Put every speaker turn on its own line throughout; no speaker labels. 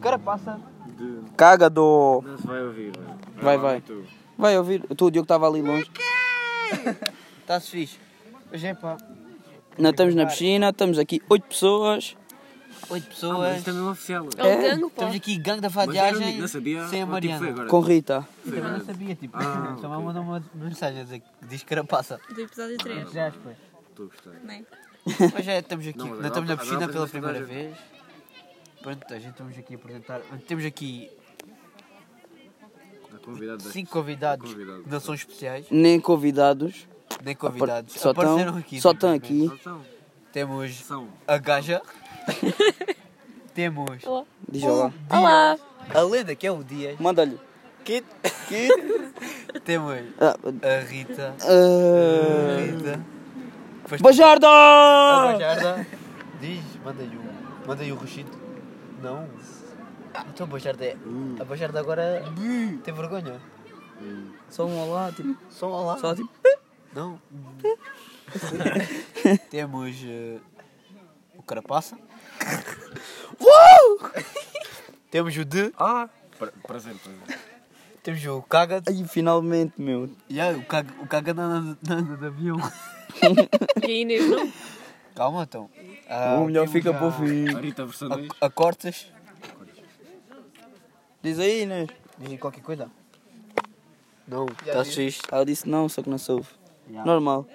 cara passa.
De...
Caga do.
Não se vai ouvir, mano.
Vai,
lá,
vai.
então,
tu.
Vai ouvir. Tu, o Diogo estava ali longe.
Tá
Está-se fixe.
Hoje é pá,
Não estamos na piscina, estamos aqui 8 pessoas.
8
Ah,
pessoas.
mas isto é mesmo oficial.
É o gangue, pô.
Estamos aqui, gangue da
Mas era
fadiagem.
único, não sabia.
Sem a
Ou, tipo, foi
Mariana.
agora.
Com Rita.
Foi
Eu
agora.
não sabia, tipo,
Ah,
só me mandou uma mensagem a dizer que diz carapaça.
Do episódio 3.
Já aspas.
Estou a gostar.
Né?
Hoje é, estamos aqui,
Não, mas
nós estamos na
agora-
piscina
agora apresenta
pela
toda a
primeira vez. Pronto, a gente estamos aqui a apresentar. Temos aqui
A convidada das-
cinco convidados
Convidado.
que não são especiais,
Nem convidados.
nem convidados.
Só estão
Apareceram aqui.
só estão
simplesmente.
aqui.
Não são.
Temos
São.
a gaja. Temos
Olá.
Diz lá.
Uh!
Olá.
a lenda que é o Dias.
Manda-lhe.
Kit. Temos
Ah,
a Rita.
ah,
Rita. Depois
Bajardo!
A Bajarda diz, manda-lhe o, manda-lhe o rochito. Não. Então a Bajarda é. A Bajarda agora tem vergonha.
Só um olá, tipo.
Só olá. tá,
Só tipo.
Não. Temos eh, o Carapaça. Temos o D.
Ah! Pra- Prazer, prazer.
Temos o Caga.
Ai, finalmente, meu.
Yeah, o Caga, o Caga não anda- não anda de avião.
E a Inês não?
Calma então. Ah,
O melhor
temos
fica
a-
para o fim.
A Rita versão 2.
A, a Cortes.
Diz aí, né? Inês.
Diz qualquer coisa. Não,
tá
estás fixe.
Ela disse não, só que não soube. Normal.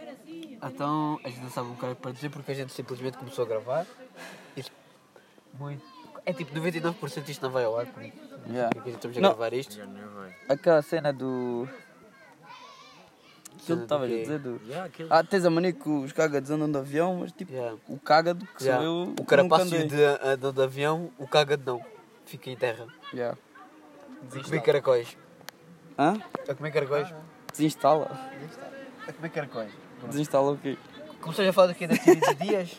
Então, a gente não sabe o que é para dizer porque a gente simplesmente começou a gravar. Isso. Muito. É tipo 99% isto não vai ao ar. Porque
Yeah.
porque estamos a
Não.
gravar isto.
Aquela cena do.
Cena
Tu
do
estavas a
quê?
dizer do.
Yeah, aquele.
Ah, tens a mania que os cagados andam de avião, mas tipo,
Yeah.
o cagado que
Yeah.
sou eu.
o carapaço
nunca andei.
de andam de avião, o cagado não. Fica em terra.
Yeah.
A comer caracóis.
Hã?
A comer caracóis.
Desinstala.
A comer caracóis.
Desinstala o quê?
Começamos a falar daqui daqui a 20 dias.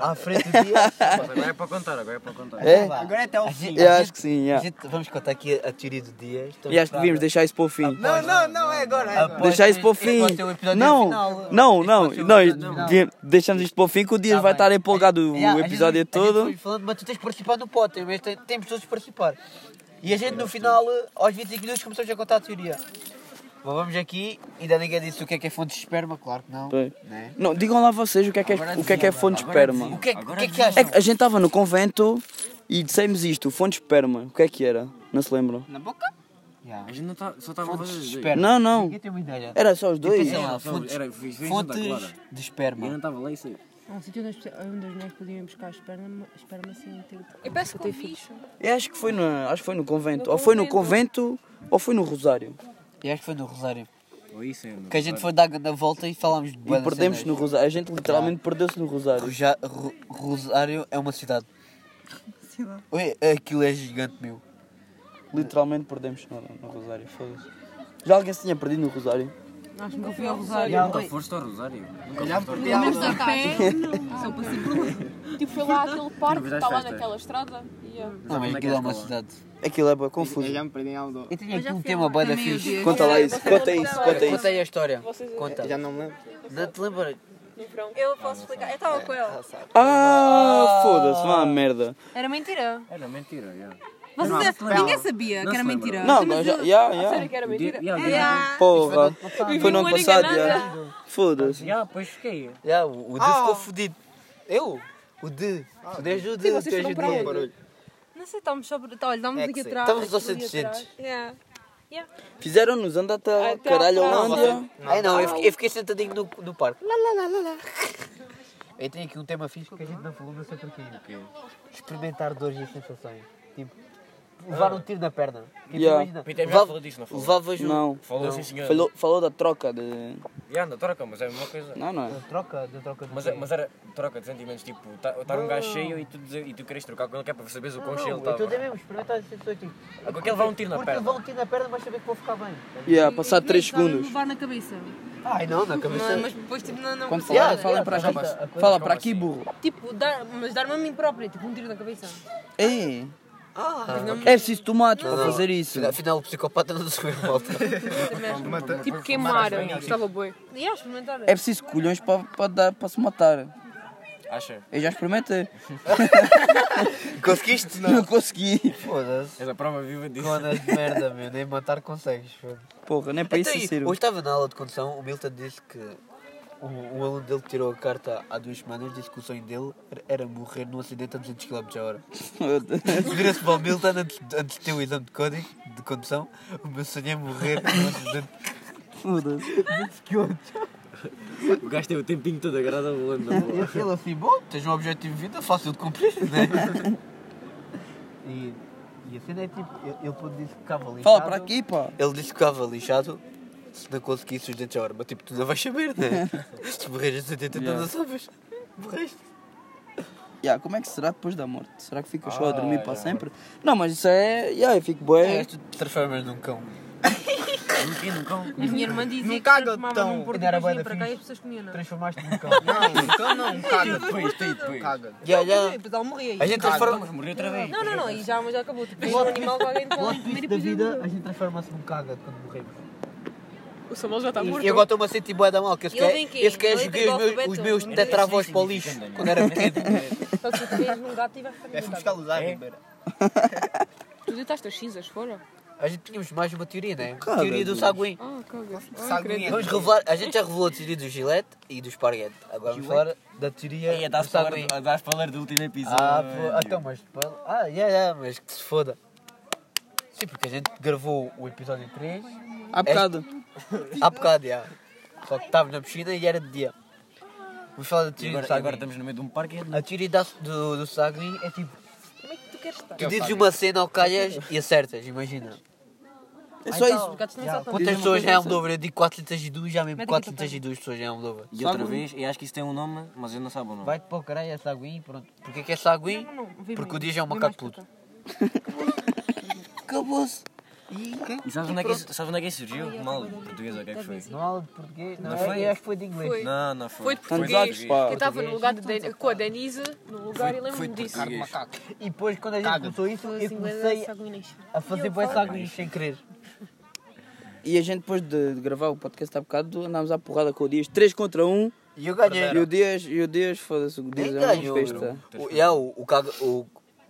À frente do dia.
Agora é para contar, agora é para contar.
É?
Agora é até ao fim.
Eu acho que sim, yeah.
vamos contar aqui a teoria do dia. Estamos
E acho que
para-
devíamos deixar isso para o fim.
Não, não, não, é agora.
Ah, Deixar isso para o fim.
É né?
Não, não, não. Nós devia- deixamos isto para o fim que o Dias
Tá
vai
bem.
estar empolgado o episódio todo.
falando, mas tu tens de participar do pote, mas te- temos todos de participar. E a gente no final, eh, aos 25 minutos, começamos a contar a teoria. Bom, vamos aqui, ainda ninguém disse o que é que é fonte de esperma, claro que não.
Bem.
né?
Não, digam lá vocês o que é que é, o que é, que é fonte de esperma.
O que é que, o que, é que
É
acham?
que a gente estava no convento e dissemos isto, fonte de esperma. O que é que era? Não se lembram?
Na boca? Yeah.
A gente não tá, só estava a
Fonte
fazer
de
isso.
esperma.
Não, não. É,
Ninguém tem uma ideia.
Era só os dois?
Pensem lá,
só-
fontes,
era- fiz- fiz juntar, claro.
fontes de
E eu não
esperma.
estava lá é- e sei.
Há um sítio onde, as pessoas- onde as mulheres podiam ir buscar esperma, esperma sem ter.
Eu peço que bicho.
Eu acho que foi no, acho que foi no convento. ou foi no convento ou foi no Rosário.
E acho que foi no Rosário.
Ou isso é.
Que a gente foi dar na volta e falámos de
E perdemos no Rosário. A gente literalmente perdeu-se no Rosário.
Rosário. Rosário é uma cidade. Oi, aquilo é gigante, meu.
Literalmente perdemos no, no Rosário. Foda-se. Já alguém se tinha perdido no Rosário?
Acho que nunca fui ao Rosário.
Nunca foste ao Rosário.
Olhamos a
pé, não. Só passei por lá. Tipo, foi lá aquele
Não,
parque
mas
que está lá
festa.
naquela estrada. E eu...
Não, mas aquilo é uma cidade.
Aquilo é bué confuso.
me perdi em Aldo.
Eu tinha aqui um tema bem da fixe.
Conta lá isso, conta isso, conta isso.
Conta aí a história.
Vocês-
Conta.
Já não me lembro.
Não te lembras?
Eu posso explicar. Eu estava com ele.
Ah, foda-se, vá à merda.
Era mentira.
Era mentira, yeah.
Vocês-
Não, se lembra.
ninguém sabia
Não
que era
se lembra.
mentira.
Não, Ah, mas já, já, já.
Sério que era
O
mentira?
dia- yeah, o dia-
Yeah.
Porra. Foi no ano
Uma
passado,
enganada.
já. Foda-se.
Yeah, pois fiquei.
Já, o
Oh.
o D ficou fodido. Eu? O D.
Ah.
Tu desde o D, tu és o D.
Não sei, estávamos só. por- Tá, olha, estávamos aqui
sei.
atrás.
Estávamos aos
ali atrás.
700.
Yeah.
Fizeram-nos andar até ao
Até
caralho
ao
Não,
Holândia.
você- Ai É, não, eu fiquei, eu fiquei sentadinho no, no parque. Lá, lá, lá, lá, lá. Eu tenho aqui um tema fixe que a gente não falou, não sei porquê. Experimentar dores e sensações. Tipo,
Ah.
levar um tiro na perna. Tipo,
Yeah.
imagina.
Peter já
levava-
falou disso, não falou?
Levavas um...
Não.
Falou sim, senhor.
Falou, falou da troca de.
Já, na troca, mas é a mesma coisa.
Não, não é.
Da troca, da troca de
Mas, é- mas era troca de sentimentos, tipo, estar um gajo cheio e tu, dizer, e tu queres trocar com ele, que é para saberes o conche
não,
ele
eu estou a dizer
estava.
mesmo, experimentar as sensações. Tipo,
Porque ele vai um tiro na
porque levar
perna.
um tiro na perna vais saber que vou ficar bem.
Yeah, passar 3
Não,
segundos.
Levar na cabeça.
Ai não, na cabeça.
Mas depois, tipo, não. não
Quando
sei lá.
falar, fala para aqui. Fala para aqui, burro.
Tipo, dar, mas dar-me a mim própria, tipo, um tiro na cabeça.
Ei.
Ah,
É preciso tomate para fazer isso.
Afinal, o psicopata não sou eu, malta.
Tipo, queimar. Gostava boi.
E acho, experimentar.
É preciso colhões para, para, dar, para se matar.
Acha?
Eu já experimentei.
Conseguiste?
Não, consegui.
Foda-se.
És a prova viva disso.
Conas de merda, meu. Nem matar consegues. foda-se.
Porra, nem para
Então,
isso
e-
sirvo.
hoje estava na aula de condução, o Milton disse que um, um aluno dele que tirou a carta há duas semanas, disse que o sonho dele era- era morrer num acidente a 200 km h Vira-se para o Milton antes, antes de ter o exame de código de condução, o meu sonho é morrer num acidente
Foda-se.
O gajo tem o tempinho todo agradável andando na boa.
Ele assim, bom, tens um objetivo de vida fácil de cumprir, né? e, e a cena é tipo, ele, ele quando disse que ficava lixado.
Fala para aqui, pá.
Ele disse que ficava lixado se não conseguisse os dentes à hora. Mas tipo, tu não vais saber, né? se morreres a 70
Yeah.
não sabes. Morreste.
Ya, como é que será depois da morte? Será que ficas só a dormir
Ah,
para
ya.
sempre? Não, mas isso é. Ya, eu fico bué.
É, tu te transformas num cão.
A minha irmã dizia
Não
que
caga
se eu tomava
tão.
num português
Ainda era bué
vinha
da
para cá e
fixe.
as pessoas comiam, não. é?
Transformaste num cão.
Não, então não, caga.
Um Depois, tem depois.
Caga.
Ya, ya.
Depois ela morria.
A gente transforma.
Mas morreu outra vez.
Não, não, não, e já, mas já acabou. Tipo, veio um animal que alguém
O
come no
twist
primeiro
da vida,
episódio.
a gente transforma-se num caga quando morremos.
O Samuel já está morto.
E agora estou-me a sentir bué da mal, que eu se
Ele
calhar-
vem aqui,
eu se calhar
ele
joguei os
entra igual
meus, os
Beto.
meus
Não
tetravós para o lixo
significante,
quando era pequeno.
Só se tu vês num gato e vais ficar num gato.
usar,
É?
Tu deitaste as cinzas fora?
A gente tínhamos mais uma teoria, né?
Cara,
teoria do
Deus.
saguim.
Ah, caga.
Vamos revelar, a gente já revelou a teoria do Gillette e do Sparguete. Agora vamos falar da teoria
Aí,
do
dá-se falar,
saguim.
dá-se falar do último episódio.
Ah, pô, então, mas. pô, Ah, yeah, yeah, mas que se foda. Sim, porque a gente gravou o episódio 3
Há bocado.
há bocado, já. Só que estava na piscina e era de dia. Vamos falar da
E
teoria do
agora, agora
saguim.
estamos no meio de um parque e é
A teoria da- do, do saguim é tipo.
Como é que tu queres estar?
Tu dizes uma cena ao calhas e acertas, imagina.
É só isso.
Os gatos também
Já,
saltam.
quantas pessoas é Almodóvar? Eu digo 402, já mesmo
Mete aqui
402 pessoas é Almodóvar.
E outra vez, e acho que isso tem um nome, mas eu não sabe o nome.
Vai-te para o caralho, é saguim, pronto. Porquê que é saguim?
Não, não, vem
Porque
mais.
o dia já é um
Vem
macaco
mais
puto.
para cá.
Acabou-se. E
E sabes onde, é que isso, sabes onde é que isso surgiu? Mal, português, o que é que foi?
Não há aula de português, não,
Não
é?
foi?
Eu acho que foi de inglês.
tá Foi.
Não, não foi.
Foi de
Foi
português.
pá.
Eu estava no lugar de Den-
Então,
com a
tá.
Denise, no lugar e lembro-me disso.
português.
E depois, quando a gente começou isso, eu
Assim, mas
comecei
essa aguinha enche.
a fazer boas saguinhos sem querer.
E a gente depois de, de gravar o podcast há bocado andámos à porrada com o Dias. 3 contra 1.
E eu
E o Dias, e o Dias, foda-se, o Dias
Nem
é
ganhou.
uma besta.
O, yeah, o, o, caga, o,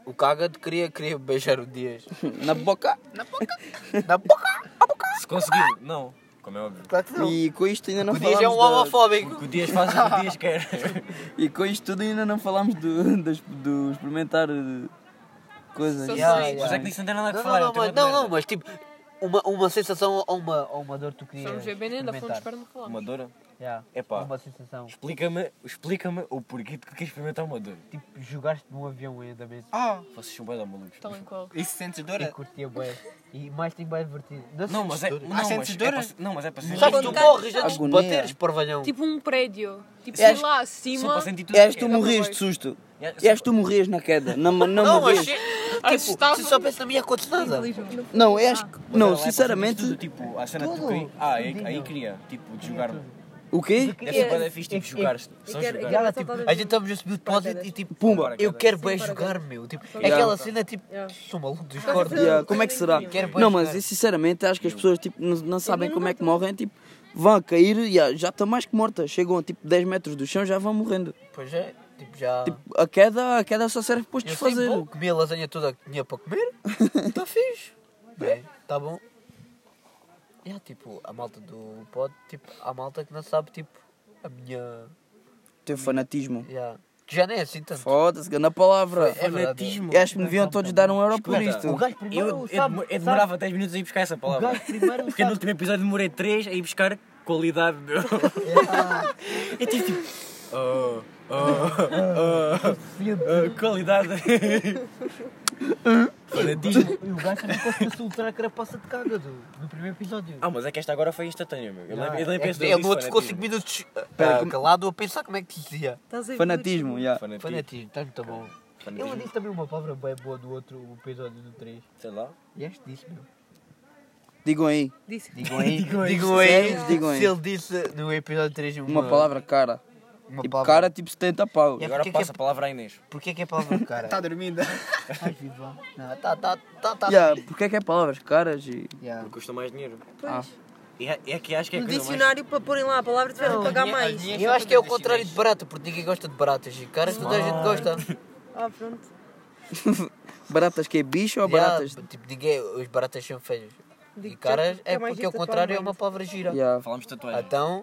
o Cagado queria, queria beijar o Dias.
tá? Na boca.
Na boca!
Se conseguiu, não. Como é óbvio.
Claro que não.
E com isto ainda não
O Dias é um
falámos da-
homofóbico.
Porque o Dias faz o que o Dias quer.
E com isto tudo ainda não falámos do, das- do experimentar eh, coisas.
Só
Yeah,
sei.
yeah.
Mas é que isso não tem nada a
Não,
falar.
não,
eu
não,
tenho
mas,
outra
não,
merda.
não, mas tipo, uma, uma sensação ou uma, ou uma dor que tu querias.
Estamos a ver ainda fomos
experimentar.
para me falar.
Uma dora?
Yeah.
Epá.
Uma sensação.
Explica-me explica o porquê de que queres experimentar uma dor.
Tipo, jogaste num avião ainda mesmo.
Ah.
Vocês são bué da malucos.
Tal em qual.
Isso sentes dor?
E curtia bué. E mais tem bué divertido.
Não, mas é.
sentes
Não,
dor?
mas é,
sentes dor?
para- não, mas é para ser.
Sabes que tu
Agonia.
morres antes de
Agonia.
bateres, parvalhão.
Tipo um prédio. Tipo,
Eu
sei
acho-
lá,
Só
acima.
para sentir tudo.
E és tu
É,
morrias
tá
de susto.
É,
E és tu morrias na queda. Não, não,
Não, mas
morrias.
se- tipo,
Assustava.
se só pensa na minha acontece nada.
Não, és.
Ela
Não,
é para sentir
sinceramente.
tudo, tipo, a cena de
Tudo. É,
tu Ah, aí, aí
Tudinho.
queria. Tipo, de jogar.
O quê?
Deve ser bué da fixe, tipo, jogar. Só jogar.
Cara, tipo, a gente estamos a subir o depósito e tipo,
Pumba.
eu quero bem jogar, meu. Tipo, é aquela cena tipo, sou maluco dos cordas.
Yeah, como é que será?
Quero bué
Não, mas
jogar.
eu, sinceramente acho que as pessoas tipo, não, não sabem como é que morrem. Tipo, vão a cair e ah, já estão mais que mortas. Chegam a tipo 10 metros do chão já vão morrendo.
Pois é, tipo, já.
Tipo, a queda, a queda só serve para os
eu sempre
desfazer.
vou comer a lasanha toda que tinha para comer. Está fixe. Bem, está bom. E há, tipo, a malta do pod, tipo, há malta que não sabe, tipo, a minha.
Teu fanatismo.
já- que já nem é assim tanto.
Foda-se, grande palavra.
É verdade, é.
Eu acho que me deviam todos dar um euro por
Escuta,
isto.
O gajo primeiro
Eu, eu,
sabe-
demor- eu
sabe-
demorava 10 minutos a ir buscar essa
O
palavra.
gajo primeiro é um
Porque no
sabe.
último episódio demorei 3 a ir buscar qualidade. meu. É tipo. tipo, Oh, oh, oh, oh, qualidade. Fanatismo.
E o gajo também conseguiu soltar a carapaça de cagado no primeiro episódio.
Ah, mas é que esta agora foi instantânea, meu. Eu nem- eu nem
É
penso
que ele outro ficou 5 minutos ah, calado a pensar como é que dizia.
Estás a ver?
Fanatismo, já.
minutos.
Fanatismo, está muito bom. Ele disse também uma palavra bem boa do outro episódio do 3.
Sei lá.
E este disse, meu.
Digam aí,
Disse.
Digam aí, digam aí,
Sério? Digam aí.
se ele disse no episódio 3 uma,
uma palavra cara.
Uma
Tipo,
palavra.
cara, tipo 70 pau.
E
É
agora
porque é que
passa
é-
a palavra à Inês.
Porquê que é palavra cara?
Tá
Está dormindo?
Ai, vivo lá. Não, tá, tá, tá, tá.
Yeah, porque é que é palavras caras e.
Yeah.
Custa mais dinheiro.
Ah,
É, é que acho que é a
No
coisa mais-
dicionário para porem lá a palavra tiveram que pagar mais.
Eu acho que é o contrário de barata, porque ninguém gosta de baratas. E caras toda a gente gosta.
Ah, pronto.
Baratas que é bicho ou
Yeah,
baratas?
Tipo, ninguém, os baratas são feios. E
Digo-te
caras
já que
é
é mais
porque ao
gente
contrário é uma
atualmente.
palavra gira.
Yeah.
Falamos de tatuagem.
Então,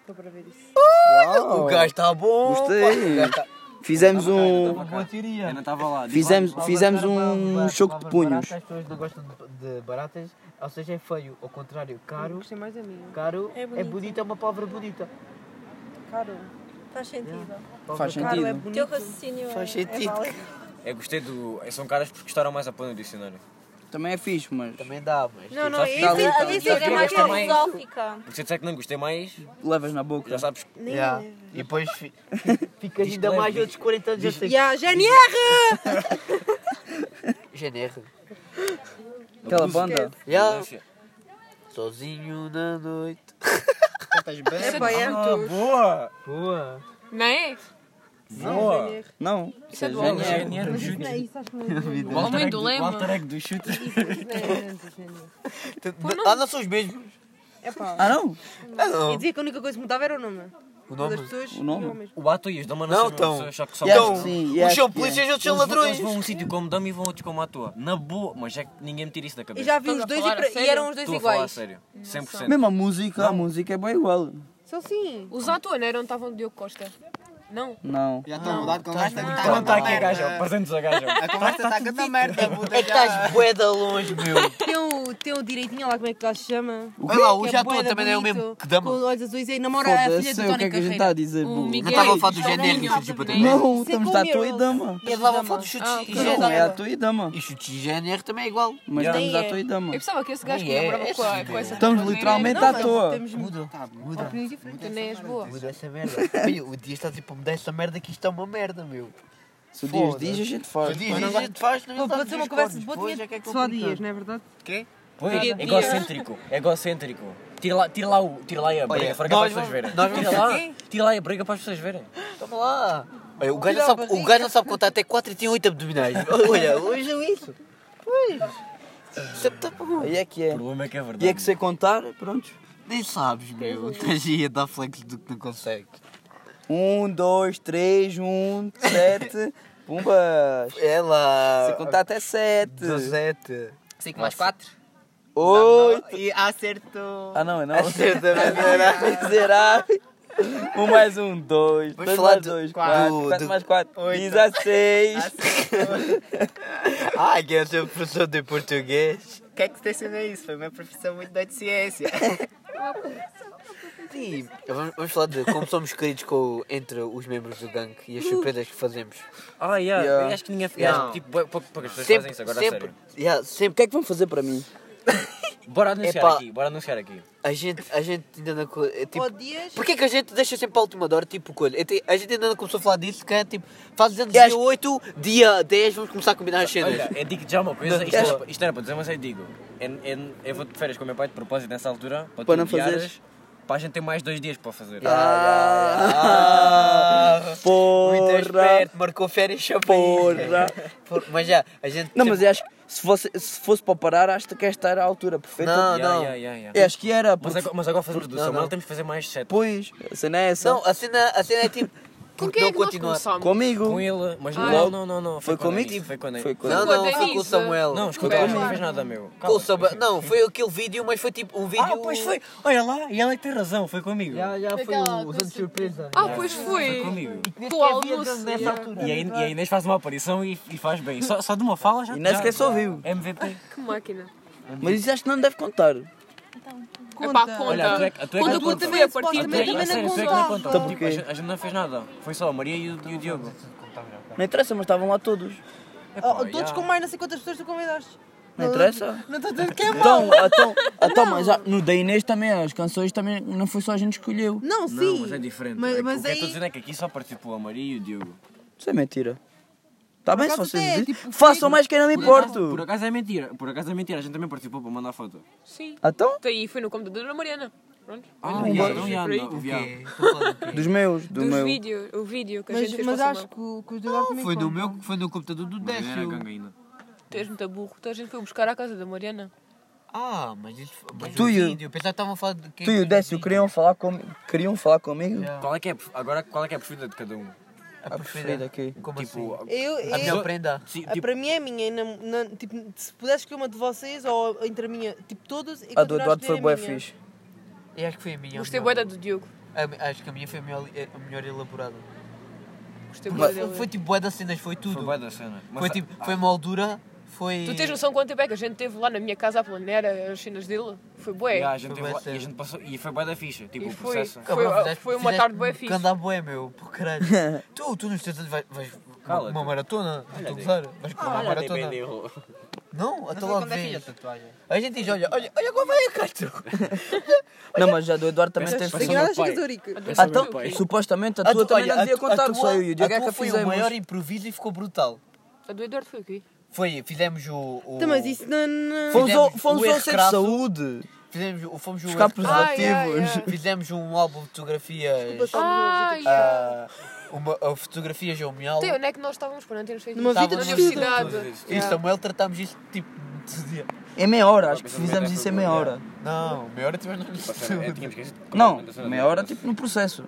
Estou para ver isso.
Uau.
o gajo está bom. pá. O
Oh, Gostei.
gajo tá-
Fizemos um.
Eu não estava lá. Diz
Fizemos,
Palavras
fizemos
para
um
baratas,
choco de
palavras
punhos.
baratas, As pessoas não gostam de- de baratas, ou seja, é feio. Ao contrário, caro,
Gostei mais da minha.
caro
É
é
bonito.
bonito, é uma palavra bonita.
Caro. Faz sentido.
Faz
Caro é
sentido.
bonito. Teu raciocínio
Faz
é,
sentido.
é válido.
lá. Eu gostei do. São caras porque gostaram mais a pôr no dicionário.
Também é fixe, mas tá
Também dá, mas. tipo,
Não, não,
Faz
isso,
sentido.
isso,
Faz
isso é
sentido.
mais
Gosto mais.
filosófica.
Porque se disser que não gostei mais,
é-
levas na boca.
já sabes que.
Yeah. E depois fi- fica ainda é
leve,
mais
diz-
outros 40 anos.
E
assim.
a GNR!
é GNR.
Aquela
é
banda.
é
Yeah. Sozinho na noite.
É pá, é.
Boa!
Boa.
Não é?
Boa!
Não.
Isso é do
Genial.
Alter. O homem do
O alter
lema.
ego do chute.
Ah, não são os mesmos.
É pá.
Ah, não?
Ah, não.
E dizia que a única coisa que mudava era o nome.
O
Todas
nome.
as pessoas
O nome?
tinham mesmo.
O ato e os dama
Não,
não,
então.
são só que são
Yeah,
Então,
sim,
uns
yeah,
são
yeah.
polícias e outros são
Eles vão, eles
ladrões.
vão a um sítio como dama e vão a outro como à toa. Na boa, mas é que ninguém me tira isso da cabeça.
E já vi
Estás
os
a
dois
falar
e,
a
pra- e
sério?
eram os dois
Estou a falar a
iguais.
sério.
É.
100%.
Mesmo a música, a música é boa igual.
Só sim.
Os Atua não eram, estavam de Diogo Costa. Não.
Não.
Já estão a mudar de
Tá
conversa.
Quando está tá aqui a gaja, apresenta-nos a gaja.
A conversa
tá
está aqui na merda, puta.
É que estás bué da longe, meu.
Tem o, tem o direitinho lá, como é que ela se chama?
Olha lá, o
Que é
já
bué
estou
da
também não é o
bonito,
mesmo que dama.
Com olhos azuis e namora a filha
Foda-se,
do
é o que é
Tony
que a gente está a
Carreira.
dizer,
O
burro.
Miguel.
estava a falar do GNR,
Não,
tipo, do
não.
Não,
Isso é
estamos
com
a tua e
Mirrors.
dama.
E levam foto dos chutes e
Ah, ok.
Não, é a
GNR.
tua e dama.
E chutes e GNR também é igual.
Mas
Yeah.
estamos à
É.
tua e dama.
Eu pensava que esse gajo que
Nem é,
namorava
é
com, a, com
possível.
essa
Estamos
rapariga
literalmente
era-
à toa.
Temos
Muda, Tá, muda.
opiniões diferentes.
Tu nem és boa.
Muda essa merda. Ui, o dia está tipo a mudar essa merda que isto é uma merda, meu.
Se o Dias
Foda-se.
diz, a gente
Tu
faz.
diz, diz, a gente faz, não
Pô, Pode ser uma conversa de boa,
Pois,
tinha
é que é
só
complicado.
dias, não é verdade?
Pois, é egocêntrico, é egocêntrico. Tira lá, tira lá, o, tira lá a briga, fraga para
nós
as pessoas
vamos-
verem.
nós
Tira
vamos-
lá, tira lá a briga para as pessoas verem.
Toma lá. Olha, o, gajo não sabe, o gajo não sabe contar até 4 e tem 8 abdominais. Olha, hoje é isso. Pois. Sempre está bom.
Aí é que
O
é.
problema é que é
E
verdade.
é que sei contar, pronto.
Nem sabes, meu. Estás aí a dar flex do que não consegue.
Um, dois, três, um, sete. Pumbas.
É lá.
Se contar até sete.
17.
5 mais 4.
Oito.
E acertou.
Ah, não, é não.
Vamos
Miserável. Um mais um, dois.
Vamos
dois
falar
mais
do-
dois,
do-
quatro.
do-
Quatro mais quatro.
Oito.
Dezesseis.
Ai, quer ser professor de português?
O que é que te ensinou isso? Foi uma profissão muito doida de ciência.
Sim. Vamos, vamos falar de como somos queridos com, entre os membros do gangue e as surpresas que fazemos.
Ah, yeah.
Yeah.
eu acho que ninguém.
Yeah.
acho que, tipo, pou- pou- poucas pessoas fazem isso agora, a
sempre,
sério.
yeah,
O que
sempre.
é que vão fazer para mim?
Bora anunciar
Epá.
aqui, bora anunciar aqui.
A gente, a gente ainda não. co- é, Tipo,
Ou dias.
Porquê que a gente deixa sempre a última hora, tipo, coisa? Eu te- A gente ainda não começou a falar disso, que é tipo, faz os anos
Eu
dia
acho-
8, dia 10, vamos começar a combinar as cenas.
Olha, eu digo já uma coisa, isto,
queres-
era, isto era para dizer, mas eu digo. Eu, eu, eu vou de férias com o meu pai de propósito nessa altura, para,
Para
tu
não
guiares,
fazeres.
Para a gente ter mais dois dias para fazer.
Ah, muito
Porra.
esperto, marcou férias só para
Porra.
isso. Por- Mas já, a gente.
Tipo,
tipo,
Não,
é
mas eu acho que se fosse, se fosse para parar, acho que esta era a altura perfeita.
Não,
Yeah,
não.
yeah, yeah, yeah.
Eu acho que era.
Mas,
Porque
agora, mas agora fazemos do
não,
Samuel,
não.
temos que fazer mais sete.
depois, a cena é essa.
Não, a cena, a cena é tipo.
Com
porque
quem é
não
que nós
continuar?
começámos?
Comigo.
Com ele, mas não,
Logo.
não, não, não.
Foi
com a
comigo?
Denise, Foi é com a
Foi
Denise.
com
Não,
Com a
não, foi com o
Denise.
Samuel.
Não, escuta,
Foi.
acho que não fez nada, meu.
Com o
Calma.
Samuel. Não, foi aquele vídeo, mas foi tipo um vídeo.
Ah, pois foi. Olha lá, e ela é que tem razão, foi comigo.
já foi
Aquela
o anos de surpresa.
Ah, pois foi.
Foi comigo.
Com o almoço. yeah.
E a, In- e a Inês faz uma aparição e, e faz bem. Só, só de uma fala já.
E nem
já- é
sequer se ouviu.
MVP.
é Que máquina.
Mas isso acho que não deve contar.
É pá, conta.
Olha, a tua é que- a tua é que
conta
não
quanto
conta.
foi a
A
partir
tua é-
também
a
não
sério, a tua é que
contava.
não conta.
Então
Tipo,
porquê?
a gente- a gente não fez nada. Foi só a Maria e o, e o Diogo.
Não interessa, mas estavam lá todos.
Epá,
Oh, Todos
yeah.
com mais não sei quantas pessoas tu convidaste.
Não interessa?
Não estou a dizer que é mau.
Então, então, então mas ah, no da Inês também, as canções também, não foi só a gente que escolheu.
Não, sim.
Não, mas é diferente.
Mas,
É que
mas
o que eu estou
aí.
dizendo é que aqui só participou a Maria e o Diogo.
Isso é mentira. Está bem se
acaso
vocês
até é,
dizem.
tipo,
Façam mais que eu não me
Por
importo.
acaso é mentira. Por acaso é mentira. A gente também participou para mandar foto.
Sim.
Então,
Daí foi no computador da Mariana. Pronto.
Ah,
yeah,
então, yeah,
por aí.
não, yeah.
dos meus, do
Dos
meu.
vídeos, o vídeo que a gente
Mas,
fez com
mas
o Samuel.
acho que, o- que os dois lá também
Foi no
contam.
meu, foi no computador do
Mas eu era
Décio.
gangue ainda.
Tu és muito burro. Então a gente foi buscar à casa da Mariana.
Ah, mas isso mas
Tu
o
e o-
vídeo. Eu pensava que estavam a falar de quem
Tu e o
fez
Décio
vídeo.
queriam falar, com... queriam falar comigo?
Yeah.
Qual é que é, a- agora, qual é que é a preferida de cada um?
É
A preferida aqui.
Como
tipo,
assim?
Eu,
A minha
eu,
prenda.
sim,
Ah,
tipo,
para mim é a minha. e não- não- tipo, se pudesse escolher uma de vocês ou entre a minha, tipo todas.
A
eu
do
continuava
Eduardo
escolher
foi
a
boa
minha.
fixe.
Eu acho que foi a
é
minha. a
Gostei
um
melhor.
bué da do Diogo.
A- Acho que a minha foi a melhor, a melhor elaborada.
Gostei bué
Foi,
dela.
foi tipo boé das cenas, foi tudo.
foi bué da cena. Mas
Foi
sa-
tipo, foi moldura, foi.
Tu tens noção quanto tempo é que a gente teve lá na minha casa a planear as cenas dele? Foi bué.
Yeah, a gente
Foi
teve
bué
lá-
sério.
e a gente passou, e foi bué da ficha, tipo,
É. E
o
foi.
processo.
Foi- foi uma tarde bué fixe.
Canda boé, meu, por caralho. tu, tu nos teus anos vais. vais uma-
Cala-te.
uma maratona, estou a gozar. Vais com uma maratona. Não, até logo
Quando é que ia a
vês.
tatuagem?
A gente diz, olha, olha, olha como vai a Castro.
Não, mas a do Eduardo também
Mas
teve
essa-
fixe.
Essa-
Obrigada,
Pai.
Chiquiturica.
A do
Ah,
Diogo.
então, supostamente a tua
Ah, tu-
também
olha,
não devia contar,
tua-
só eu e o Diogo
a
é que
tua
a
foi
fizemos.
o maior improviso e ficou brutal.
A do Eduardo foi o quê?
Foi, fizemos o... o
Então, mas isso não. não-
Fomos ao
Fizemos
fomos
o
ao
erro
centro de
crasso.
saúde.
Fizemos, o- fomos o...
Buscar
Ah, yeah,
preservativos.
Fizemos um álbum de fotografias...
Ah,
ah, uma, a fotografia geomial.
Tem, onde é que nós estávamos para não termos feito
Numa
isso?
vida
na
de
universidade.
Eu e Samuel tratámos isto tipo de dia.
Em É meia hora, acho que fizemos isso em meia hora.
Não, meia hora tivemos
é
no
tipo,
Não, meia hora tipo no processo.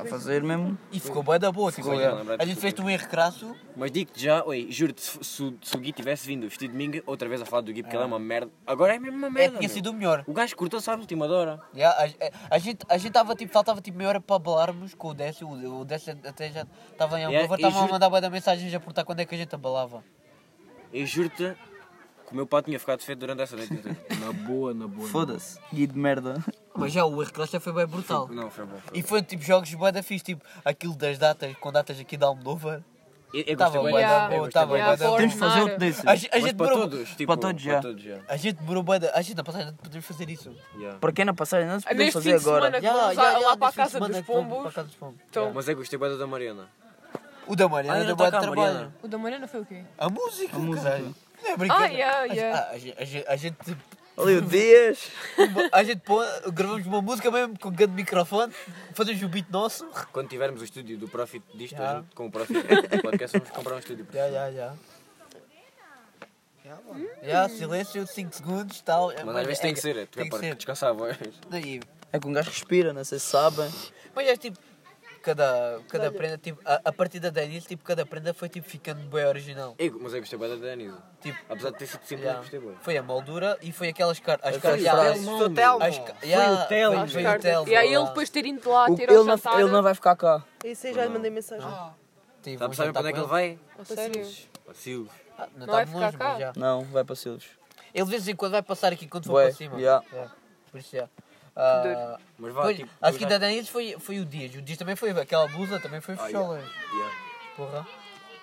A fazer mesmo.
E ficou bué da boa, tipo,
Ficou, yeah, lembrar
a gente
disso
fez um erro crasso.
tipo-
Mas digo-te já, oi, juro-te, se, se, o- se o Gui tivesse vindo vestido de minga, outra vez a falar do Gui, porque ele é uma merda. Agora é mesmo uma
É,
merda.
tinha
meu.
sido o melhor.
O gajo cortou-se à última hora.
Yeah, a, a- a gente a gente tava, tipo, faltava tipo meia hora para falarmos com o Décio. O, o Décio até já estava em algum
Yeah,
lugar,
e
estava a
juro-
mandar bué da mensagens a perguntar quando é que a gente abalava.
Eu juro-te que o meu pau tinha ficado feito durante essa noite inteira.
Na boa, na boa.
Foda-se. Gui de merda.
Mas já o erro crasso já foi bem brutal.
Não, foi bom.
E foi tipo jogos bué da fixe, tipo aquilo das datas, com datas aqui da Almodóvar.
Eu, eu
Tava
gostei bué
bué
da-
da
eu
boa,
gostei
tava
bué
bué
da-
da-
Yeah,
Temos de fazer outro
ordinário.
desse.
A, ge- a
Mas
gente
para
demorou.
todos, tipo,
para todos já.
Para todos já.
A gente demorou bué da. A gente na passagem podemos fazer isso.
Yeah.
Para quem não passarem, não se podemos
Neste fim
fazer
de
agora.
semana É que vamos lá- lá para
desse fim
a
de
casa
semana
dos
que fomos para a
pombos.
casa dos pombos.
Então,
Mas é que gostei bué da da Mariana.
O da Mariana
Ah, ainda
deu bué de
toca a
trabalho.
Mariana.
o da Mariana foi o quê?
A música, a
música.
Não é brincadeira.
Ah, yeah, yeah.
A, a, gente- a gente- a gente,
Ali o Dias.
a gente pô, gravamos uma música mesmo com um grande microfone, fazemos um beat nosso.
Quando tivermos o estúdio do Profit disto, a
Já.
gente- com o Profit do podcast, vamos comprar um estúdio. para
Já, já, já. Já, silêncio, 5 segundos, tal.
Mas às vezes tem que ser, é, tu é
Tem que
para
ser.
descansar a voz.
Daí,
É que um gajo respira, não sei se sabem.
Mas é tipo, cada, cada prenda, tipo, a, a partida da Denise, tipo, cada prenda foi tipo ficando bem original.
Ei, Mas eu gostei bué da Danisa.
Tipo,
Apesar de ter sido simples,
já.
gostei bué.
Foi a moldura e foi aquelas car as
Foi
caras.
o
já,
Telmo,
as-
Foi o Telmo.
as ca- já,
Telmo.
Foi o Telmo.
E aí ele
já.
depois ter ido lá,
O-
ter
Ele
ao
não,
jantar.
ele não vai ficar cá.
Esse aí já lhe mandei mensagem.
Tive um
Sabe, sabem
jantar
para onde é
com
que ele vai?
A sério?
Para Silvio.
Ah, não
Não vai
está
ficar
longe,
cá?
mas já.
Não, vai para Silves.
Ele de vez em quando vai passar aqui quando for
Ué,
para cima.
já.
É, por isso já. Ah,
Mas vá,
pois,
tipo.
a
eu
seguir
já-
da Danilo foi, foi o Dias. O Dias também foi. Aquela blusa também foi
Ah,
fechola.
yeah.
Porra.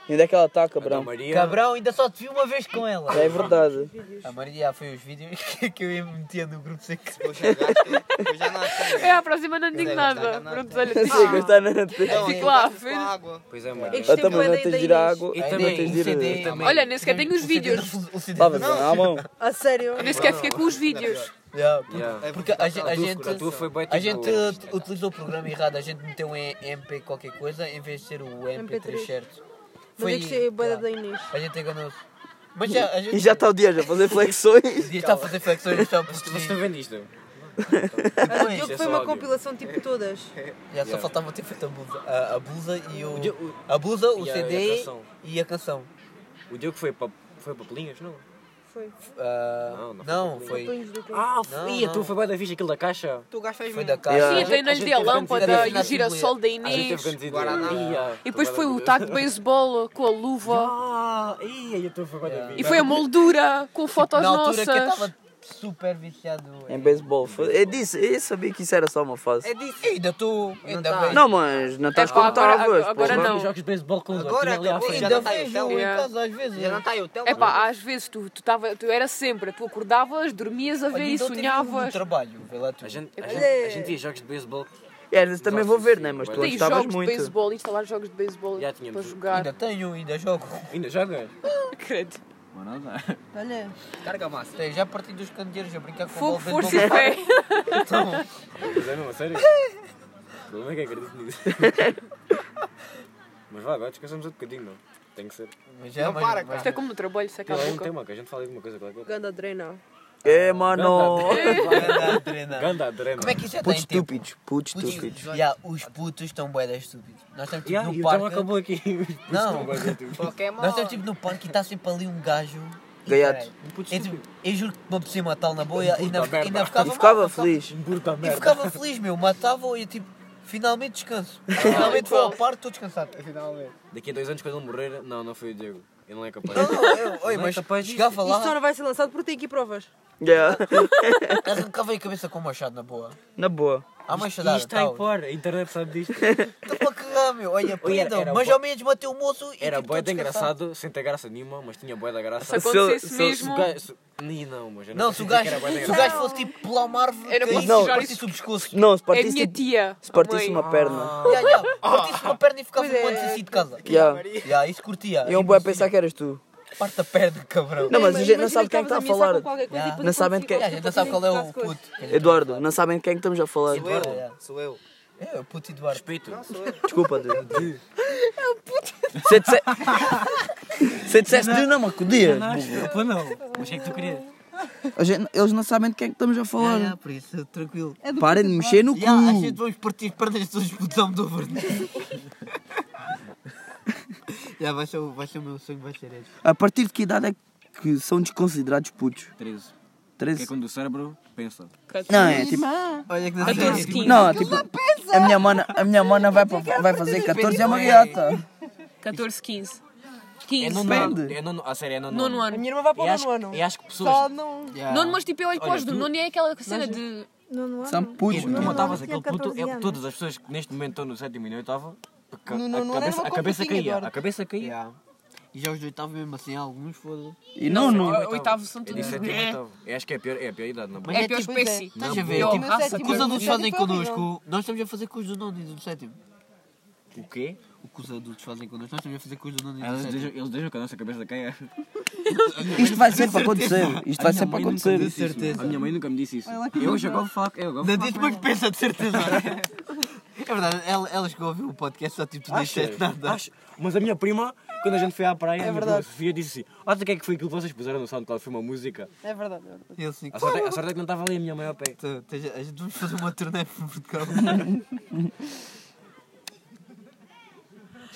E onde é que ela está,
A da
cabrão?
Maria.
Cabrão, ainda só te vi uma vez com ela.
É verdade.
A Maria foi os vídeos que eu ia metia no grupo secreto.
Eu já gasto, eu já não acredito.
É, a próxima não digo
Não,
nada.
não, não.
Pronto, olha,
Eu sei gostar, não é?
Fico lá,
Com
filho.
água.
Pois é, Maria.
Ah, também não tens de ir à água.
E
Também
também,
tens de
um CD,
ir.
também.
Olha, nem sequer tenho os vídeos.
O CD
Lava-te
não.
na mão.
A sério?
Eu nem sequer fiquei com os vídeos.
Já, porque-
Yeah.
Porque a, gen- a
A tua-
gente.
a tua foi bué,
A
tipo,
gente uh, utilizou o programa errado, a gente meteu um MP qualquer coisa em vez de ser o MP3
MP3.
certo.
Mas é que cheguei a boeda da Inês.
A gente enganou-se. Mas já, a gente
E já está o Dias a fazer flexões.
podia estar a fazer flexões no shopping.
Vocês estão vendo isto?
A do Diogo
é
foi
só
uma
áudio.
compilação tipo todas.
Já só
Yeah.
faltava ter feito a blusa. A, a blusa e o.
Podia- o-
A blusa, o
e a- e a
CD
canção.
e a canção.
O Diogo foi para foi para Pelinhas, não?
Foi.
Ah,
Não, não foi
não,
com
foi.
Punhos do
Ah,
Não,
foi. Ih, a
não.
tua foi bué da ficha, aquilo da caixa.
Tu gastas
Foi
muito.
da casa.
Yeah. Ah.
Sim, entrei na
gente
lhe a
teve
lâmpada
candidato
e o girassol da
A gente
Inês.
teve grandes
Guaraná.
ideias.
E depois foi o taco de beisebol com a luva.
Ah, ih, a tua foi bué da
E
ficha.
foi a moldura com fotos
Na altura
nossas.
que eu estava super viciado.
Em beisebol. Foi- Eu disse, eu sabia que isso era só uma fase.
É disso. Ainda estou. Ainda
tá.
bem.
Não, mas não estás
É,
como
pá, É. agora-
estavas.
agora
porra.
não.
Jogos de beisebol com o Diogo,
Agora
ali à
acabou,
frês.
já
Ainda
tá aí o
vejo
Telmo.
em
Yeah.
casa às vezes.
Já não está aí o Telmo.
É pá, às vezes tu, tu, tava, tu era sempre, tu acordavas, dormias a ver
Olha,
e
então tive um
sonhavas.
trabalho, vê lá tu.
A gente, a, gente, a gente via jogos de beisebol.
E às vezes também vou ver, né? Mas tu
Tem
Tem
gostavas
jogos de
muito.
beisebol, instalar jogos de beisebol
Já
para
tínhamos.
jogar.
Ainda tenho, ainda jogo.
Ainda jogas?
Credo.
Mas não dá.
Olha.
Carga massa.
Tenho, Já parti dos candeeiros a brincar com
Fogo,
o bola de
força e
beisebol.
fé.
Mas é mesmo, a sério? Como é que acredito nisso? Mas vá, agora descansamos um bocadinho, não? Tem que ser.
Mas já,
Não
mas-
para,
mas-
Isto é como no trabalho, seca
Tem
a
um
boca.
tema que a gente fala de alguma coisa qualquer.
Ganda Adrenal.
É, mano.
Ganda adrenalina.
Ganda adrena.
Como é que isso já
Putos
tem tempo?
estúpidos, putos
Putos-
estúpidos.
Ya, os putos estão boedas estúpidos. Nós estamos tipo
Yeah, e
no
o tema
parque.
acabou um aqui.
Não,
Pokémon.
nós estamos tipo no parque e está sempre ali um gajo. E,
Gaiato.
caralho,
Um puto
Eu, tipo,
estúpido.
eu juro que me apetecia matá-lo na boia e ainda,
puta merda.
ainda
E
ficava
ficava
mal,
feliz.
Um burro da
E
merda.
ficava feliz, meu. Matava-o e tipo, finalmente descanso. Finalmente vou ao parque, estou descansado.
Daqui a dois anos, quando ele morrer, não, não foi o Diego. Ele não é capaz.
Não, não, eu, oi,
Não é
mas
capaz disso.
chegava
Isto só
lá,
não vai ser lançado porque tem aqui provas.
Yeah.
arrancava um a cabeça com o machado na boa.
Na boa.
À
E
machadada, tá Então,
isto está
tal.
em fora. A internet sabe disto.
Estou a cagar, meu. Olha,
era
prendam. Mas
bué-
ao menos matei o moço e
Era
tipo,
boia
tô
de
descansado.
engraçado, sem ter graça nenhuma, mas tinha boia da graça.
Se acontecesse
se- se-
Se
mesmo.
o gajo. se- Ih, Não, mas eu
Não, se o
pensei que
gajo,
era bué de
se o
engraçado.
gajo fosse tipo pular uma árvore,
Eu não
caísse,
posso
Não.
sujar
partisse o pescoço.
Não, se
É a minha
partisse, tipo,
tia.
se partisse
mãe.
uma perna.
Ya, ya, partisse uma perna e ficava um antes assim de casa.
Yeah.
Ya, isso
Ah.
curtia.
E um boé a pensar que eras tu.
Parte a perna, cabrão.
Não, mas a gente
Imagina
não sabe quem é que está a
estavas ameaçar
falar.
com qualquer coisa
Yeah.
e depois
Não sabem de quem.
Ya, a gente não sabe qual é o puto.
Eduardo, não sabem de quem é que estamos a falar.
Sou eu, sou eu.
É, o puto Eduardo.
Respeito.
Desculpa, Dudu. É o puto. É um Se eu disse- Se eu dissesse Dinâmico Dias,
Desculpa, não. Mas o que é que tu querias?
a gente- eles não sabem de quem é que estamos a
Ya,
falar.
ya, por isso, tranquilo.
é.
Parem de mexer no É cu.
Ya, a gente vamos partir pernas todos os putos do verde. Já, vai ser o vai ser o meu sonho, vai ser esse.
A partir de que idade é que são desconsiderados putos?
13. Que é
13?
quando o cérebro pensa.
Não, é tipo.
Olha que
Até os 15.
Não, é tipo. A minha mana, a minha mana vai, pra- vai fazer 14 e é uma gata.
14, 15.
É
15.
nono
Depende.
ano. É nono, a sério, é nono
Nono
ano.
A
ano.
minha irmã vai para
E
o
acho,
nono ano.
e acho que é pessoas.
Só não.
Nono, mas tipo, eu olho para os
Olha,
do
tu-
nono e é aquela cena de.
São putos,
Tu
mano.
matavas
tinha
aquele puto,
14
é,
anos.
todas as pessoas que neste momento estão no sétimo e no oitavo, a, ca-
Não, não,
a
não,
cabeça,
era uma
a cabeça
confusão
caía,
agora.
a cabeça caía.
E já os dois estavam mesmo assim, alguns foda
E não, não.
O oitavo são
Eu
todos.
disse sétimo e oitavo. Eu acho que é a pior, é a pior idade, não
Mas
É
é
pior
tipo-
espécie.
Estás a ver?
pior
tipo,
raça.
o que os adultos fazem
Sétimo foi horrível.
connosco, nós estamos a fazer com os do nono e do sétimo.
O quê?
tipo, O que os adultos fazem connosco, nós estamos a fazer com os do nono e do
Eles
sétimo.
deixam, eles deixam que a nossa cabeça caia.
Isto vai ser para acontecer. Isto vai ser para
De
acontecer.
certeza. A minha mãe nunca me disse isso. Eu já agora falo. Eu agora
Não disse, mas pensa de certeza. É verdade, ela, ela chegou a ouvir o podcast, só tipo, tu disseste nada.
Acho. Mas a minha prima, quando a gente foi à praia, a minha prima Sofia disse assim: Olha o que é que foi aquilo que vocês puseram no SoundCloud? Foi uma música.
É verdade, é verdade.
Eu assim,
A sorte, é- a sorte é que não estava ali a minha mãe ao pé.
"Tá, tá, já- a gente vamos fazer uma turnê por Portugal.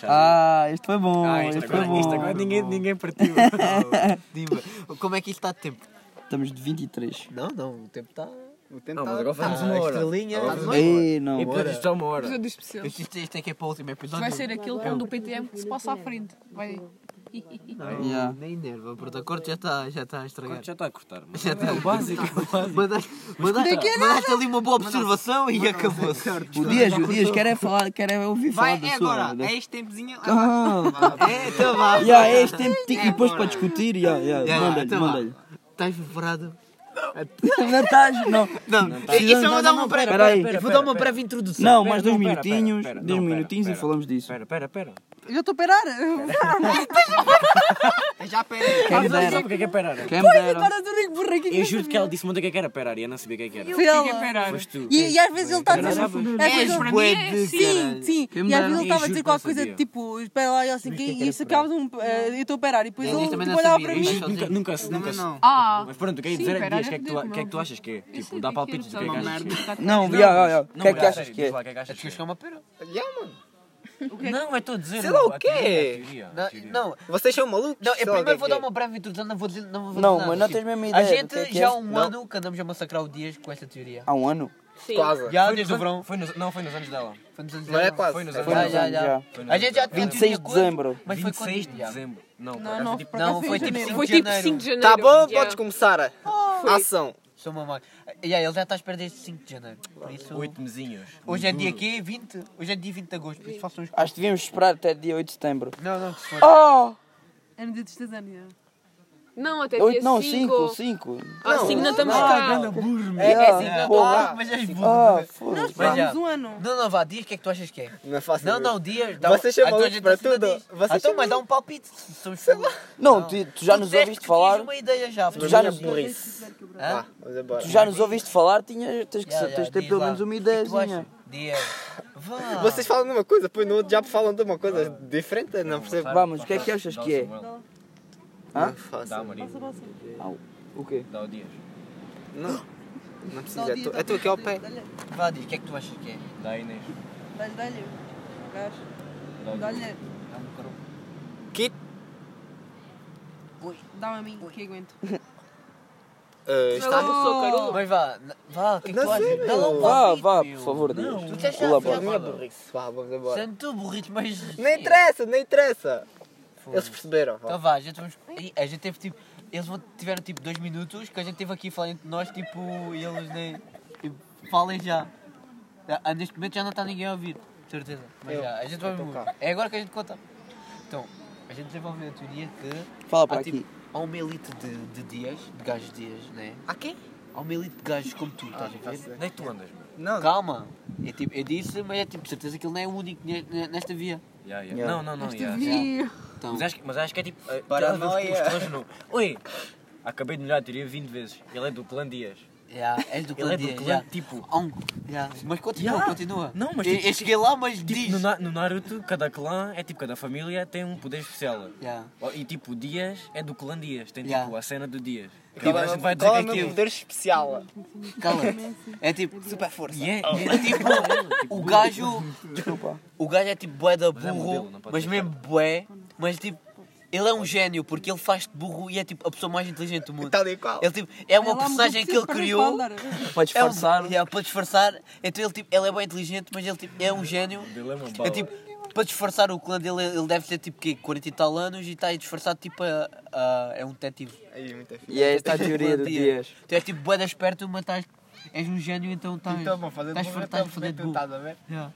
Ah, isto foi bom.
Ah, isto
Isto
é
foi
agora, isto agora
bom.
ninguém, ninguém partiu.
Diva, como é que isto está de tempo?
Estamos de 23.
Não, não, o tempo está.
O tempo
Não, mas
tá-
agora fazemos
Ah,
uma hora.
estrelinha.
Agora fazemos
Ei,
uma
não.
hora. Episódio só uma hora.
Episódio especial.
Isto, isto, isto é que é para o último episódio.
Vai ser aquele quando o PTM se passa à frente. Vai.
Não,
Yeah.
nem nerva, pronto, a corte já está já tá a estragar.
Já está a cortar. mano.
Já está.
Básico.
Mandaste, mandaste, mandaste ali uma boa observação e acabou-se.
O Dias, o Dias, quer é falar, quer é ouvir falar
Vai,
da
é
sua.
agora.
da-
É este tempozinho.
Ah,
É, então vá.
yeah, é este tempo ti- e depois para discutir, yeah, yeah,
Yeah,
manda-lhe,
então vá.
manda-lhe.
Estás preparado?
Não estás, não.
Não,
Isso eu vou dar uma
Espera aí.
Eu vou dar uma breve introdução.
Não, mais
Pera,
dois
não, pera,
minutinhos,
pera, pera,
dois
não, pera,
minutinhos e
pera.
falamos disso.
Espera, espera, espera.
Eu estou a parar.
Já pera.
Quem me
Não
dera,
sabe o que é que é perar.
quem me dera.
Eu juro que ela disse-me onde é que era perar e eu não sabia o que é que era.
Foi ela.
Pera.
Foste tu.
E, e às vezes ele está a dizer.
Caralho,
às
És
vezes ele-
bué de
Sim, sim.
Quem me
E às
dera.
vezes
Eu
ele estava a dizer
juro
qualquer
que não
coisa
sabia.
tipo, espera lá, e eu assim, que isso acaba de um. eh, Eu estou a parar. E depois
Ele
ele
também
tipo,
não
olhava
sabia,
para
Eu
mas-
mim.
juro que nunca, nunca, nunca.
não.
Ah!
Mas pronto, o que é
Sim,
dizer é
pera,
que dias, o que é
era
que tu-
de
o que é que tu achas que é? Tipo, dá palpites do que é que achas que é.
Não, já, já, já. O que é que achas que é?
que é que achas
uma pera.
Não, eu estou a dizer.
Sei lá o
a
quê?
teoria, a teoria, a teoria.
Não,
Vocês são malucos?
Não, eu
Só,
primeiro
o
vou
que é
dar uma breve introdução, não vou dizer, não vou dizer
Não,
nada.
mas não
Tipo,
tens mesmo
A
ideia do
gente
que é que
já
é.
há um ano que andamos a massacrar o Dias com esta teoria.
Há um ano?
Quase.
Já,
Foi
desde o
nos-
verão.
foi nos- Não, foi nos anos dela.
Foi nos anos
Mas é
19.
quase.
Foi nos
É
anos
Foi
Já,
nos
já,
dela.
já.
anos, já.
Foi nos
A
anos
gente já
dela.
tinha
26 de
teoria
dezembro.
quando- Mas foi quando
26 de dezembro. Não,
Não, não, por acaso
Não, foi tipo 5
janeiro.
de
Foi tipo
janeiro.
5 de janeiro.
Tá bom,
Yeah.
podes começar. Ação.
Sou uma máquina. E aí, ele já está a esperar desde 5 de janeiro. Por isso...
Oito mesinhos.
Hoje é dia quê? 20? Hoje é dia 20 de agosto. Por isso façam os...
Acho que devíamos esperar até dia 8 de setembro.
Não, não, que se for.
Oh!
É no dia dos teus anos.
Não, até dia
8,
5.
não, 5, 5.
Ah, 5 então não estamos cá.
É, é assim,
Yeah.
não,
Porra.
ah, mas és burro.
Ah, foda-se.
Mas já.
Faz um ano.
Não, não, vá, Dias, o que é que tu achas que é?
Não é fácil.
Não, não, Dias. dá-
Vocês são
Ah, então a
malucos
gente
para
assina
tudo.
Dias.
Vocês
Ah, Então,
são
mas dá um palpite. Somos malucos.
Não, tu, tu já nos
disseste
ouviste
que
falar.
Tinhas uma ideia já. Tu
já
Minha
nos-
burrice. Vá, vamos embora.
Tu já nos ouviste falar, tinhas, tens que ser- tens de ter pelo menos uma
é
ideiazinha.
Dias.
Ah.
Vá.
Vocês falam de uma coisa, depois no outro já falam de uma coisa diferente, não percebo.
Vamos, o que é que achas que é?
Dá
Hã?
Não faço.
o marido,
O quê?
dá o dias.
Não, não precisa. É tu, é tu aqui ao pé.
Vá, diz, o que é que tu achas que é?
Dá Inês.
Dá-lhe, dá-lhe. Gajo. Dá-lhe.
Dá-me o coroa.
Kit.
Dá-me a mim, que aguento.
é
Uh, está...
Mas vá, na- vá, o que é que tu
Não sei,
achas?
meu.
Dá lá um
Vá,
palpite,
vá,
meu.
por favor, diz.
Tu disseste já,
Colabora.
já
Minha
fala.
burrice. Vá, vamos embora.
Santo burrito, mas...
Nem interessa, nem interessa.
Foda-se.
Eles perceberam. vá.
Então vá, a gente vamos. Ih, A gente teve tipo. Eles vão- tiveram tipo dois minutos que a gente teve aqui falando entre nós, tipo, e eles nem. Tipo, falem já. Ah, ah, Neste momento já não está ninguém a ouvir, de certeza. Mas
Eu.
já, a gente vai
Então
ouvir.
cá.
É agora que a gente conta. Então, a gente desenvolveu a teoria que
Fala para
há, tipo,
aqui.
há uma elite de, de dias, de gajos dias, né?
A quem?
Há uma elite de gajos como tu, estás a ver?
Onde é que tu andas, meu?
Não,
Calma! É, tipo, eu disse, mas é tipo, de certeza que ele não é o único ne- ne- nesta via.
Ya, ya.
Ya.
Não, não, não. ya.
Então,
Mas acho, que- mas acho que é tipo. eh,
Paranoia.
os clãs não. Oi! Acabei de olhar a teoria 20 vezes. Ele é do clã Dias.
Yeah, és do clã
Ele é do
Dias,
clã,
yeah.
tipo-
Há um- yeah, Mas continua,
Yeah.
continua.
Não, mas
eu,
tipo-
eu cheguei lá, mas diz.
Tipo, no, Na- no Naruto, cada clã é tipo, cada família tem um poder especial.
Yeah.
Oh, E tipo, o Dias é do clã Dias. Tem
Yeah.
tipo a cena do Dias. Que
Qual
Tipo, Então, a
é
gente
o
vai
meu-
dizer
qual
que
é o meu
aquilo.
poder especial?
Cala. É tipo, super força.
E é, e
É tipo, o gajo. O gajo é tipo bué da
é modelo,
burro,
não
mas,
pode ser
mesmo bué, mas tipo. Ele é um gênio porque ele faz de burro e é tipo a pessoa mais inteligente do mundo.
Tal e qual.
Ele tipo, é uma personagem que ele criou.
Para
É um,
disfarçar.
yeah, para disfarçar. Então ele tipo, ele é bem inteligente, mas ele tipo, é um gênio.
Ele é uma bala.
É tipo, para disfarçar o clã dele, ele deve ter tipo quê? 40 e tal anos e está aí disfarçado tipo a, a- é um detetive. Tipo,
Aí, muita filha.
E é esta a teoria do
Clã
Dias.
Tu és tipo bué de esperto, mas estás, és um gênio, então estás
Então, vão fazer de
estás
burro,
fartado de
então,
fazer de burro.
estás a ver?
Yeah,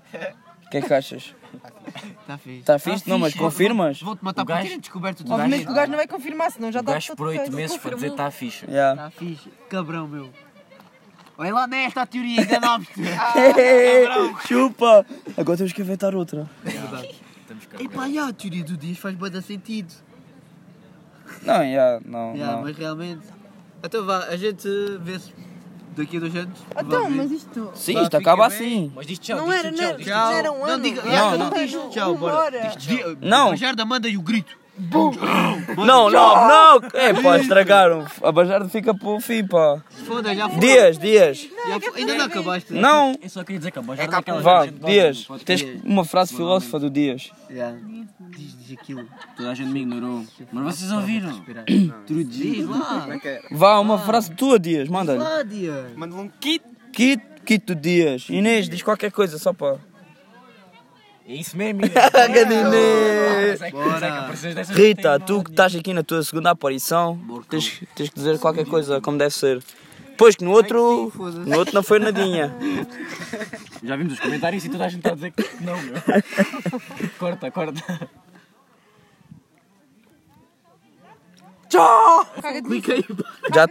O que é que achas?
Está fixe. Tá
Está Tá fixe? Não, mas
fixe.
confirmas?
Vou-te matar
O
por
gajo-
terem descoberto tudo.
Obviamente que o gajo não vai confirmar, senão já
o
tá está
gajo por 8 meses tá para dizer está ficha.
Yeah.
Está Tá fixe. Cabrão, meu. Olha lá nesta teoria, enganámos-te.
É, Chupa! Agora temos que inventar outra.
Estamos cá.
E pá, yeah, a teoria do Dias faz bué de sentido.
Não, yeah, não,
Yeah,
não.
mas realmente. Então vá, a gente vê-se daqui a dois anos.
Então, mas isto.
Sim,
Pá,
isto
fica
acaba
bem.
assim.
Mas diz tchau,
Não
diz
era,
tchau,
não
diz
era.
tchau.
Já era um
Não
ano.
diga,
Já
yeah,
era
não
um
diz
ano,
tchau,
uma
bora.
hora.
Não.
Bajarda manda e o grito.
Não, não, não! É pá, estragaram. A Bajarda fica para o fim, pá.
Foda, já foi.
Dias, dias.
Já foi. Ainda não acabaste.
Não!
Eu só queria dizer que a Bajarda é aquela
Vá,
gente
Dias.
gosta do
Tens
podcast.
uma frase filósofa do Dias.
Yeah. Diz, diz aquilo.
Toda a gente me ignorou. Mas vocês ouviram?
Diz lá.
Vá, uma frase tua, Dias, manda-lhe.
Lá, Dias.
Manda-lhe um kit.
Quito, quito Dias. Inês, diz qualquer coisa, só para.
É isso mesmo, Inês.
Bora.
Precisas dessas
Rita, tu que estás aqui na tua segunda aparição, tens, tens que dizer qualquer coisa, como deve ser. Pois que no outro. No outro não foi nadinha.
Já vimos os comentários e toda a gente está a dizer que não, meu. corta, corta.
Tchau!
Clica aí.
Já